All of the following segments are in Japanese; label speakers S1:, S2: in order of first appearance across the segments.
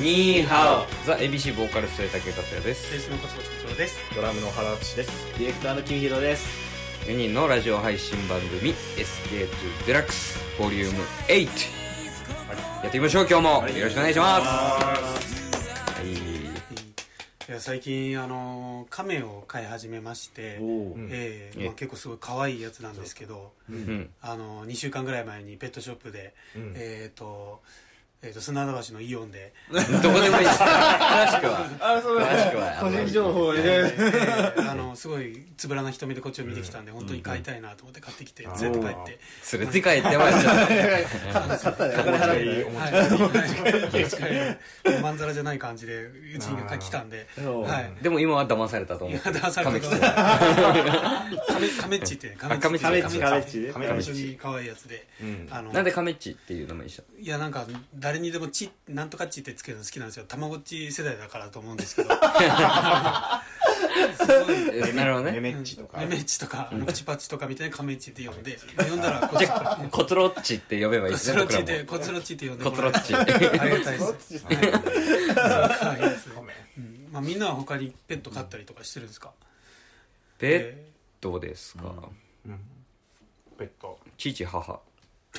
S1: ニーハ
S2: ザ ABC ボーカル末竹達也です
S3: スのコツコツコツです。
S4: ドラムの原敦です。
S1: オディレクターの君広です
S2: 4人のラジオ配信番組 SK2 デラックスボリューム8、やっていきましょう今日もよろしくお願いしますはい
S3: いや最近あのー亀を飼い始めまして、え
S1: お
S3: ー
S2: ええ
S3: まあ、結構すごい可愛いやつなんですけど、
S2: うん
S3: あのー、2週間ぐらい前にペットショップで、えっ、と,、えー、と砂田橋のイオンで、
S2: どこでもいいです詳しくは
S4: あ、そう
S2: 詳しくは
S4: 個人情報
S3: え
S4: で。
S3: ーあのーすごいつぶらな瞳でこっちを見てきたんで、本当に飼いたいなと思って買ってきて連れて帰って。
S2: 連れて帰ってましたね
S4: 勝った
S1: 金払うんだよ
S3: はいはいはいまんざらじゃない感じでうちに来たんで、
S4: お
S3: はい、
S2: でも今は騙されたと
S3: い
S2: 思
S3: や
S2: う
S3: 騙された
S2: 亀
S3: 亀亀っちってね亀っち
S2: 亀っち
S4: 亀っち
S3: 亀っち本当に可愛いやつで、あの
S2: なんでカメッチっていう名前にした
S3: いやなんか誰にでもちなんとかちってつけるの好きなんですよたまごっち世代だからと思うんですけどすごい
S2: えなるほど
S4: メ
S2: ね
S4: メッチとか。
S3: メメッチとか口パッチとかみたいな亀っちって呼んで呼んだらこ
S2: じゃあコツロッチって呼べばいい
S3: コ
S2: で
S3: ツ
S2: す
S3: ロッチ
S2: ね僕ら
S3: って
S2: も
S3: コツロッチって呼んで
S2: コ
S3: も
S2: ツ
S3: ら
S2: ロ
S3: えた
S2: ッチ
S3: ありがたいです
S4: チ
S3: 可愛いですね
S4: ごめん
S3: うんまあみんなは他にペット飼ったりとかしてるんですか
S2: でどうですか、
S4: ペット。
S2: 父母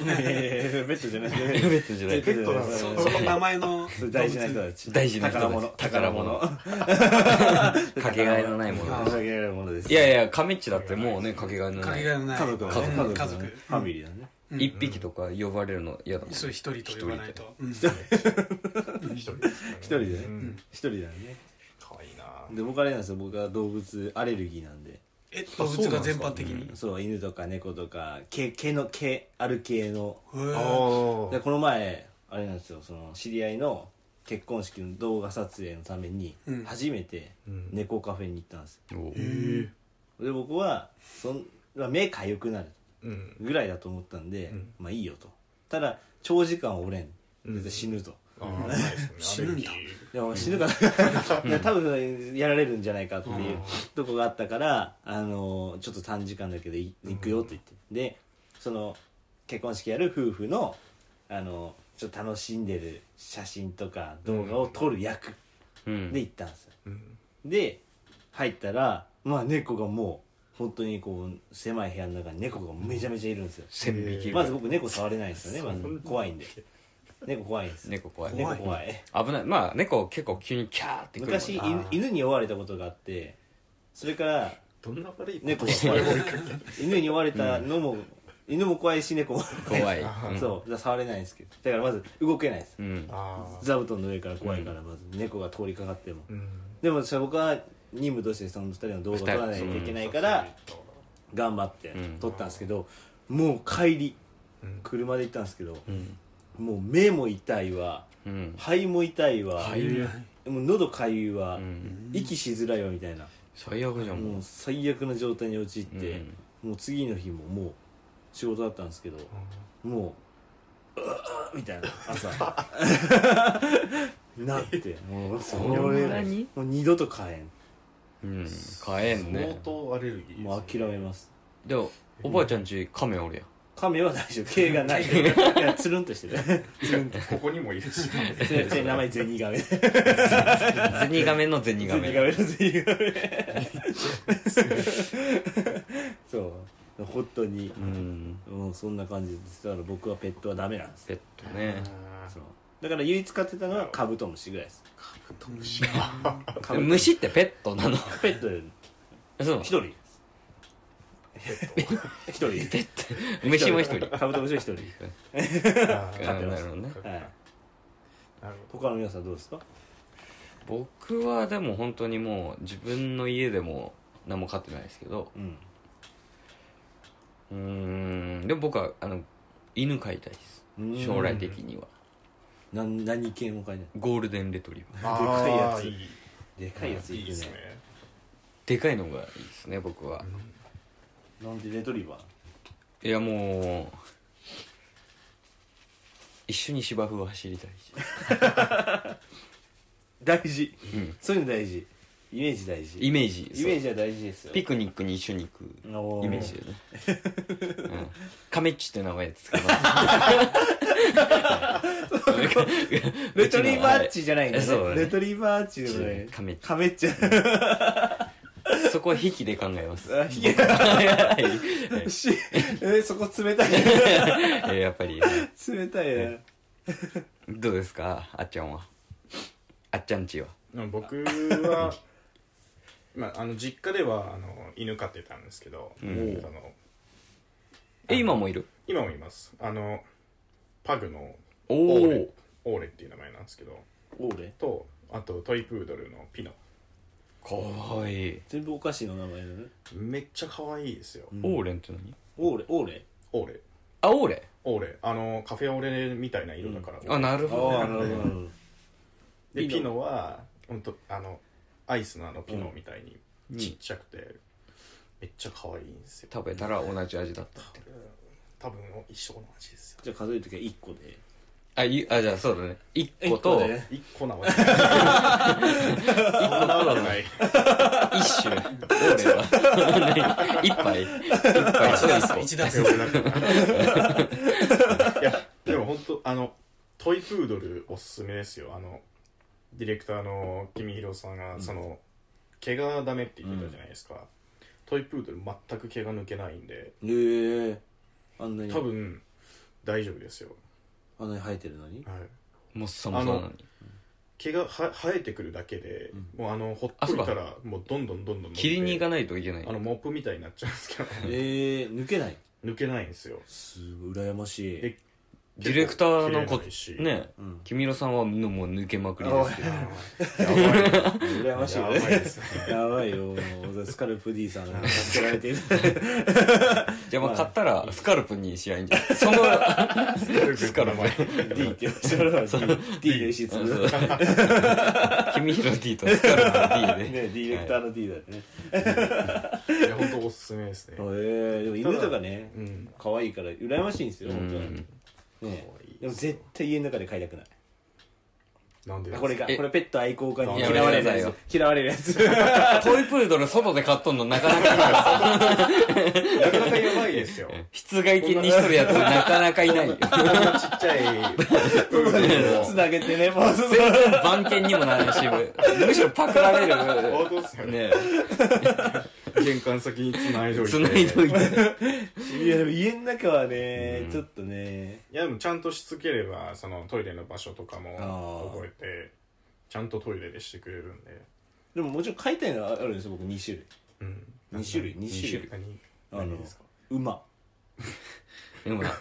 S1: えーベッドじゃない
S2: ベッドじゃない
S1: ベッドなの
S3: そその名前の
S1: それ大事な人
S3: 動物
S1: たち
S2: 大事な人たち
S1: 宝物
S2: 宝かけがえのないもの
S1: 宝物かけがえのものです
S2: いやいや亀っちだってもうねかけがえの
S3: か
S2: な
S3: け
S2: い
S3: がえのない
S1: 家族はね
S3: うん
S1: 家
S3: 家
S1: 族
S3: 族
S1: ファミリーだね
S3: うん
S2: 一匹とか呼ばれるの嫌だもん
S3: そう一人と言わないとうん
S4: 一人です。
S1: 一人でね
S4: うん
S1: 一人だよね
S4: 可愛いな。
S1: で僕あれなんですよ僕は動物アレルギーなんで
S3: え動物が全般的に
S1: そう犬とか猫とか毛毛の毛ある系の
S3: へー
S4: お
S1: でこの前あれなんですよその知り合いの結婚式の動画撮影のために
S3: うん
S1: 初めて猫カフェに行ったんですよ
S2: おう
S1: で僕はそんまあ目かゆくなる
S4: うん。
S1: ぐらいだと思ったんで、まあいいよとただ長時間折れん
S4: ん
S1: 絶対死ぬと、
S4: あーないですね。
S3: 死ぬんだ
S4: アレルギー
S1: でも死ぬから、いや 多分やられるんじゃないかっていうとこがあったから、あのちょっと短時間だけどい行くよって言って、でその結婚式やる夫婦の、あのちょっと楽しんでる写真とか動画を撮る役
S2: うん
S1: で行ったんですよ、で入ったらまあ猫がもう本当にこう狭い部屋の中に猫がめちゃめちゃいるんですよ
S2: 千匹ぐら
S1: ま
S2: い
S1: ず僕猫触れないんですよね、まず、怖いんで猫怖いんですよ
S2: 猫怖い
S1: 猫怖い
S2: 危ないまあ猫結構急にキャーってくるもん
S1: 昔犬犬に追われたことがあってそれ から
S4: どんな悪い
S1: 猫に追われ犬に追われたのも、犬も怖いし猫も
S2: 怖い
S1: うん そうだから触れないんですけどだからまず動けないです、
S2: うん
S4: ああ。
S1: 座布団の上から怖いからまず猫が通りかかっても、
S4: うん。
S1: でもそれ僕は任務としてその2人の動画を撮らないといけないから頑張って
S2: うん
S1: 撮ったんですけど、もう帰り
S4: うん
S1: 車で行ったんですけど、
S2: うん
S1: もう目も痛いわ
S2: うん
S1: 肺も痛いわ、
S2: うん
S1: もう喉かゆいわ、
S2: うん
S1: 息しづらいわみたいな、
S2: 最悪じゃんも
S1: も
S2: う
S1: う最悪な状態に陥って、もう次の日ももう仕事だったんですけど、もううっみたいな朝なってもうそれ
S2: そんなに
S1: もう二度と買え
S2: うん買えん
S4: 相
S2: ね
S4: 当アレルギーで
S1: ん
S4: すね。
S1: もう諦めます
S2: でもおばあちゃんち亀おるやん
S1: 亀は大丈夫毛がないいやつるんとしてるつるんと
S4: ここにもいるし。
S1: それそ れ名前ゼニガメゼ
S2: ゼニガメのゼニ
S1: ニ
S2: ガ
S1: ガ
S2: メ
S1: メのゼニガメ そう本当に
S2: うん
S1: もうそんな感じですだから僕はペットはダメなんです
S2: ペットね
S1: そうだから唯一飼ってたのはカブトムシぐらいです カブトムシ
S2: 虫ってペットなの
S1: ペットで
S2: そう
S1: 一人です一人
S2: ペット虫も一人
S1: カブトムシは一人
S4: あ
S2: あ
S4: ー
S2: ーなるほどね
S1: はい
S4: なる
S1: 他の皆さんどうですか
S2: 僕はでも本当にもう自分の家でも何も飼ってないですけど
S1: うん
S2: うーんでも僕はあの犬飼いたいです
S1: うん
S2: 将来的には
S1: なん何系も飼いない
S2: ゴールデンレトリバー
S4: ほど。
S1: でかいやつ
S4: あーい
S1: でかいやつ
S4: い。い
S1: い
S4: い
S1: て
S4: で
S1: ね
S4: すね。
S2: でかいのがいいですね僕は
S1: なんでレトリバー
S2: いやもう一緒に芝生を走りたいし
S1: 大事
S2: うん
S1: そういうの大事イメージ大事
S2: イメージ
S1: イメージは大事です
S2: そ
S1: よ
S2: うピクニックに一緒に行くイメージだよ ね、うん、カメッチって名前つけますうん
S1: レトリバーチじゃないんだね
S2: そうだね
S1: レトリバーチでもない
S2: カメッチ
S1: カメッチ
S2: そこは引きで考えます。
S1: あいや
S2: はい
S1: しえそこ 冷たい
S2: えやっぱり、
S1: 冷たいな
S2: どうですかあっちゃんは。あっちゃんちは。
S4: うん僕は、 まあ、あの実家ではあの犬飼ってたんですけど、
S2: ん
S4: あの
S2: え、今もいる
S4: 今もいますあのパグの
S2: お
S4: オー
S2: お
S4: レ。オーレっていう名前なんですけど
S1: 俺
S4: とあとトイプードルのピノ
S2: かわいい。
S1: 全部お菓子の名前だね
S4: めっちゃ可愛いですよ、
S2: オーレンって何
S1: オーレオーレ
S4: オーレ
S2: あ、オーレ
S4: オーレあのカフェオレみたいな色だから、
S2: あ、なるほど
S1: ああ
S2: ね。
S1: なるほどピ
S4: で
S1: ノ
S4: ピノは本当あのアイスのあのピノみたいにちっちゃくて、めっちゃ可愛いんですよ
S2: 食べたら同じ味だったって。
S4: 多分一生の味ですよ
S1: じゃあ数える時は1個で
S2: あ、いあ、じゃあそうだね。一個
S1: 一
S2: と、
S1: でね
S4: 一個なわけないそんなわけない
S2: 一種。オーレ は。何一杯。一杯と一個。
S3: 一打
S4: い や俺だけどいやでも本当あのトイプードルおすすめですよあのディレクターの君ひろさんが、その毛がダメって言ってたじゃないですか、トイプードル全く毛が抜けないんで
S1: へえあんなに
S4: 多分大丈夫ですよ、
S1: あんなに生えてるのに
S4: はい、
S2: もっさもさなのに。
S4: 毛がは生えてくるだけで、もうあのほっ
S2: あ
S4: と
S2: そ
S4: い
S2: か
S4: うたらもうどんどんどんどん伸びて
S2: 切りに行かないといけない。
S4: あのモップみたいになっちゃうんです けど
S1: ええ抜けない
S4: 抜けないんですよ
S1: すごい羨ましい
S4: え
S2: ディレクターのこ
S4: 切れないし
S2: ね、
S1: ん
S2: 君色さんはもう抜けまくりですけど。
S4: やばいや
S1: 羨ましいよ
S4: ばい
S1: ね
S4: ですね
S1: やばいよスカルプ D さん が助けられてる
S2: じゃあまあ買ったらスカルプにしりゃいいんじゃないその、
S4: スカルプ
S1: D って言わせたら D で石作 る
S2: 君色 D とスカルプ D で。
S1: ねディレクター
S2: はい
S1: の D だね
S4: いや本当おすすめですね
S1: へえでも犬とかね
S4: うん
S1: 可愛いから羨ましいんですよ
S2: う
S1: 本当
S2: ん
S1: にね
S4: 可愛い
S1: でも絶対家の中で飼いたくない
S4: なんで
S1: これが
S2: え
S1: これペット愛好家に
S2: やめ
S1: 嫌われる
S2: なさい
S1: や
S2: よ
S1: つ嫌われるやつ
S2: トイプードル外で買っとんのなかなかいない
S4: なかなかやばい ですよ
S2: 室外機にしとるやつなかなかいないよ。
S4: こんなちっちゃいプードルを
S1: つなげてねもうそう
S2: 全然番犬にもならないし、むしろパクられ
S4: 本
S2: る。
S4: 当ですよね
S2: ね
S4: 玄関先に繋いどいて
S2: 繋いどいて。
S1: いやでも家の中はねちょっとね
S4: いやでもちゃんとしつければそのトイレの場所とか
S1: あ
S4: も
S1: ー
S4: 覚えてちゃんとトイレでしてくれるんで
S1: でももちろん飼いたいのはあるんですよ僕2種
S4: うん
S1: 類2種類2種類
S4: 何
S1: あ
S4: 何
S1: の
S4: ですか
S1: 馬
S2: でもな、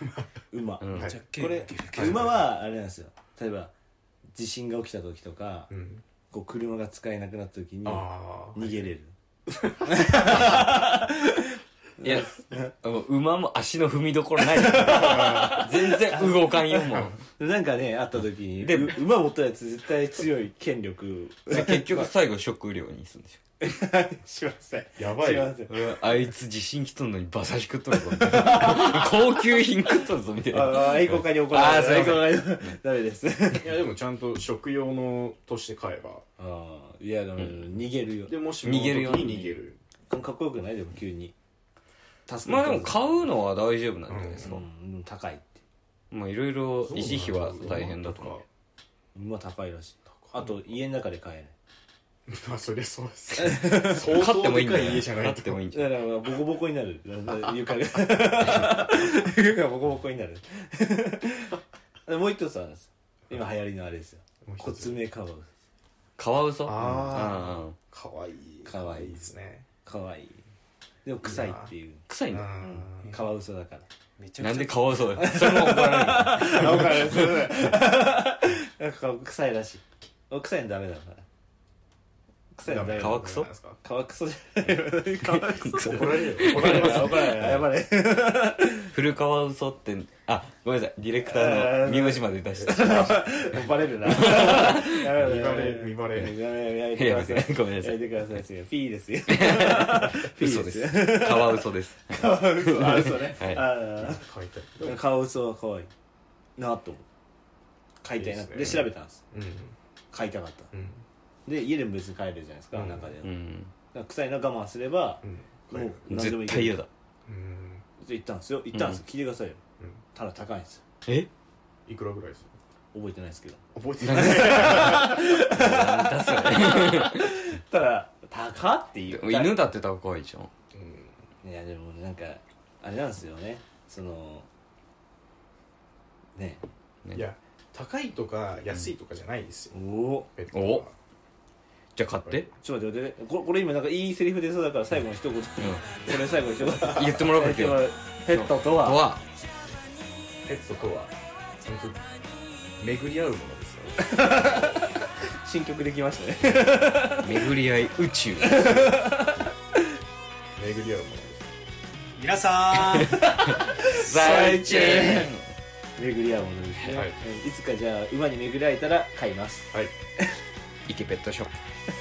S1: 馬
S2: うん
S4: はい
S3: じゃあ
S1: これ
S4: はい
S1: 馬はあれなんですよ例えば地震が起きた時とか
S4: うん
S1: こう車が使えなくなった時に逃
S4: ああ
S1: げれる
S2: いや、もう馬も足の踏みどころない。全然動かんよ、もう。
S1: なんかねあった時に
S2: で
S1: う馬持ったやつ絶対強い権力
S2: で結局最後食料にすんでし
S1: しません
S4: やばい
S1: しません
S2: ょ俺はあいつ地震来とんのに馬刺し食っとるぞみたいな高級品食っとるぞみたいな
S1: ああ愛好家に怒られ
S2: あーすいません
S1: 愛好家にダメです
S4: いやでもちゃんと食用のとして買えば
S1: ああいやでも逃げるよ
S4: でもし
S2: 逃げるよう
S4: に
S2: に
S4: 逃げる
S1: かっこよくないでも急に助
S2: まあでも買
S1: 買
S2: うのは大丈夫なんじゃないですか、
S1: うんでも高いって
S2: まあいろいろ維持費は大変だと思う
S1: 馬高いらしいあと家の中で飼えない
S4: まあそりゃそうです
S2: 買ってもいいんだ
S4: 相当でかい家
S2: よ
S4: じゃな
S2: 買
S4: い
S2: っ
S4: と
S2: てもいいんじゃ
S1: だ
S2: ない
S1: からボコボコにな る床が 床がボコボコに なるもう一つあるんですよ今流行りのあれですよ
S4: もう一
S1: コ
S4: つ
S1: ツメカワウ
S2: カワウソ
S4: あー
S2: うん
S4: かわいい
S1: かわいい
S4: ですね
S1: ソかわいいでも臭いっていう
S2: 臭い
S4: うん
S2: の
S1: カワウソだから
S3: めちゃ
S2: な
S3: く
S2: ん
S3: ち
S2: で
S3: ゃ
S2: カワウソだよそれも怒られる
S1: なんか臭いらしいお臭いのダメだから臭いのダメだ
S2: ダメ川クソ
S4: なんですか
S1: 川クソじゃない川クソ
S4: 怒られる怒られます
S1: 怒られない謝れ
S2: 古カワウソってあごめんなさいディレクターの名字まで出して
S1: バレるなやめろやめろ
S4: 見バレ見バレ
S1: やめろやめてください
S2: ごめんなさい
S1: やめてくださいすいませんピーですよピ
S2: 嘘で
S1: ーですよ
S2: すカワウソです
S1: カワウソあ嘘ね
S2: はい
S1: あ
S4: 買いたい
S1: ーカワウソは可愛いなと思う飼いたいない
S4: い
S1: で
S4: ですね
S1: 調べたんです
S4: うん
S1: 飼いたかった
S4: うん
S1: で家でも別に飼えるじゃないですか、
S4: うん
S1: 中で、
S2: う
S1: だか
S2: ん
S1: ら臭いな我慢すれば、
S4: うん
S1: もう何で
S2: 絶
S1: もいけ
S2: 対
S1: る
S2: 嫌だ
S4: うん
S1: 行ったんですよ行ったんですよ、聞いてくださいよ
S4: うん
S1: ただ高いんですよ
S2: え
S4: いくらぐらいです
S1: 覚えてないですけど
S4: 覚えてない
S1: ただ「高」っていう
S2: でも犬だって高いじゃん
S1: いやでもなんかあれなんですよねそのね
S4: いや高いとか安いとかじゃないですよ
S1: おお
S4: ペットは
S2: おじゃあ買って
S1: ちょっと待って待ってこれこれ今なんかいいセリフ出そうだから最後の一言、こ れ最後の一言
S2: 言ってもらおうか
S1: えっとペットと
S2: と
S1: は
S2: は
S4: ペットとは本当巡り合うものですよ
S1: 新曲できましたね
S2: 巡り合い宇 宙
S4: 巡 り合うものです
S3: 皆さん
S2: 在地
S1: 巡り合うものですね、
S4: はい
S1: い、いつかじゃあ馬に巡り合えたら買います
S4: はい
S2: イケペットショップ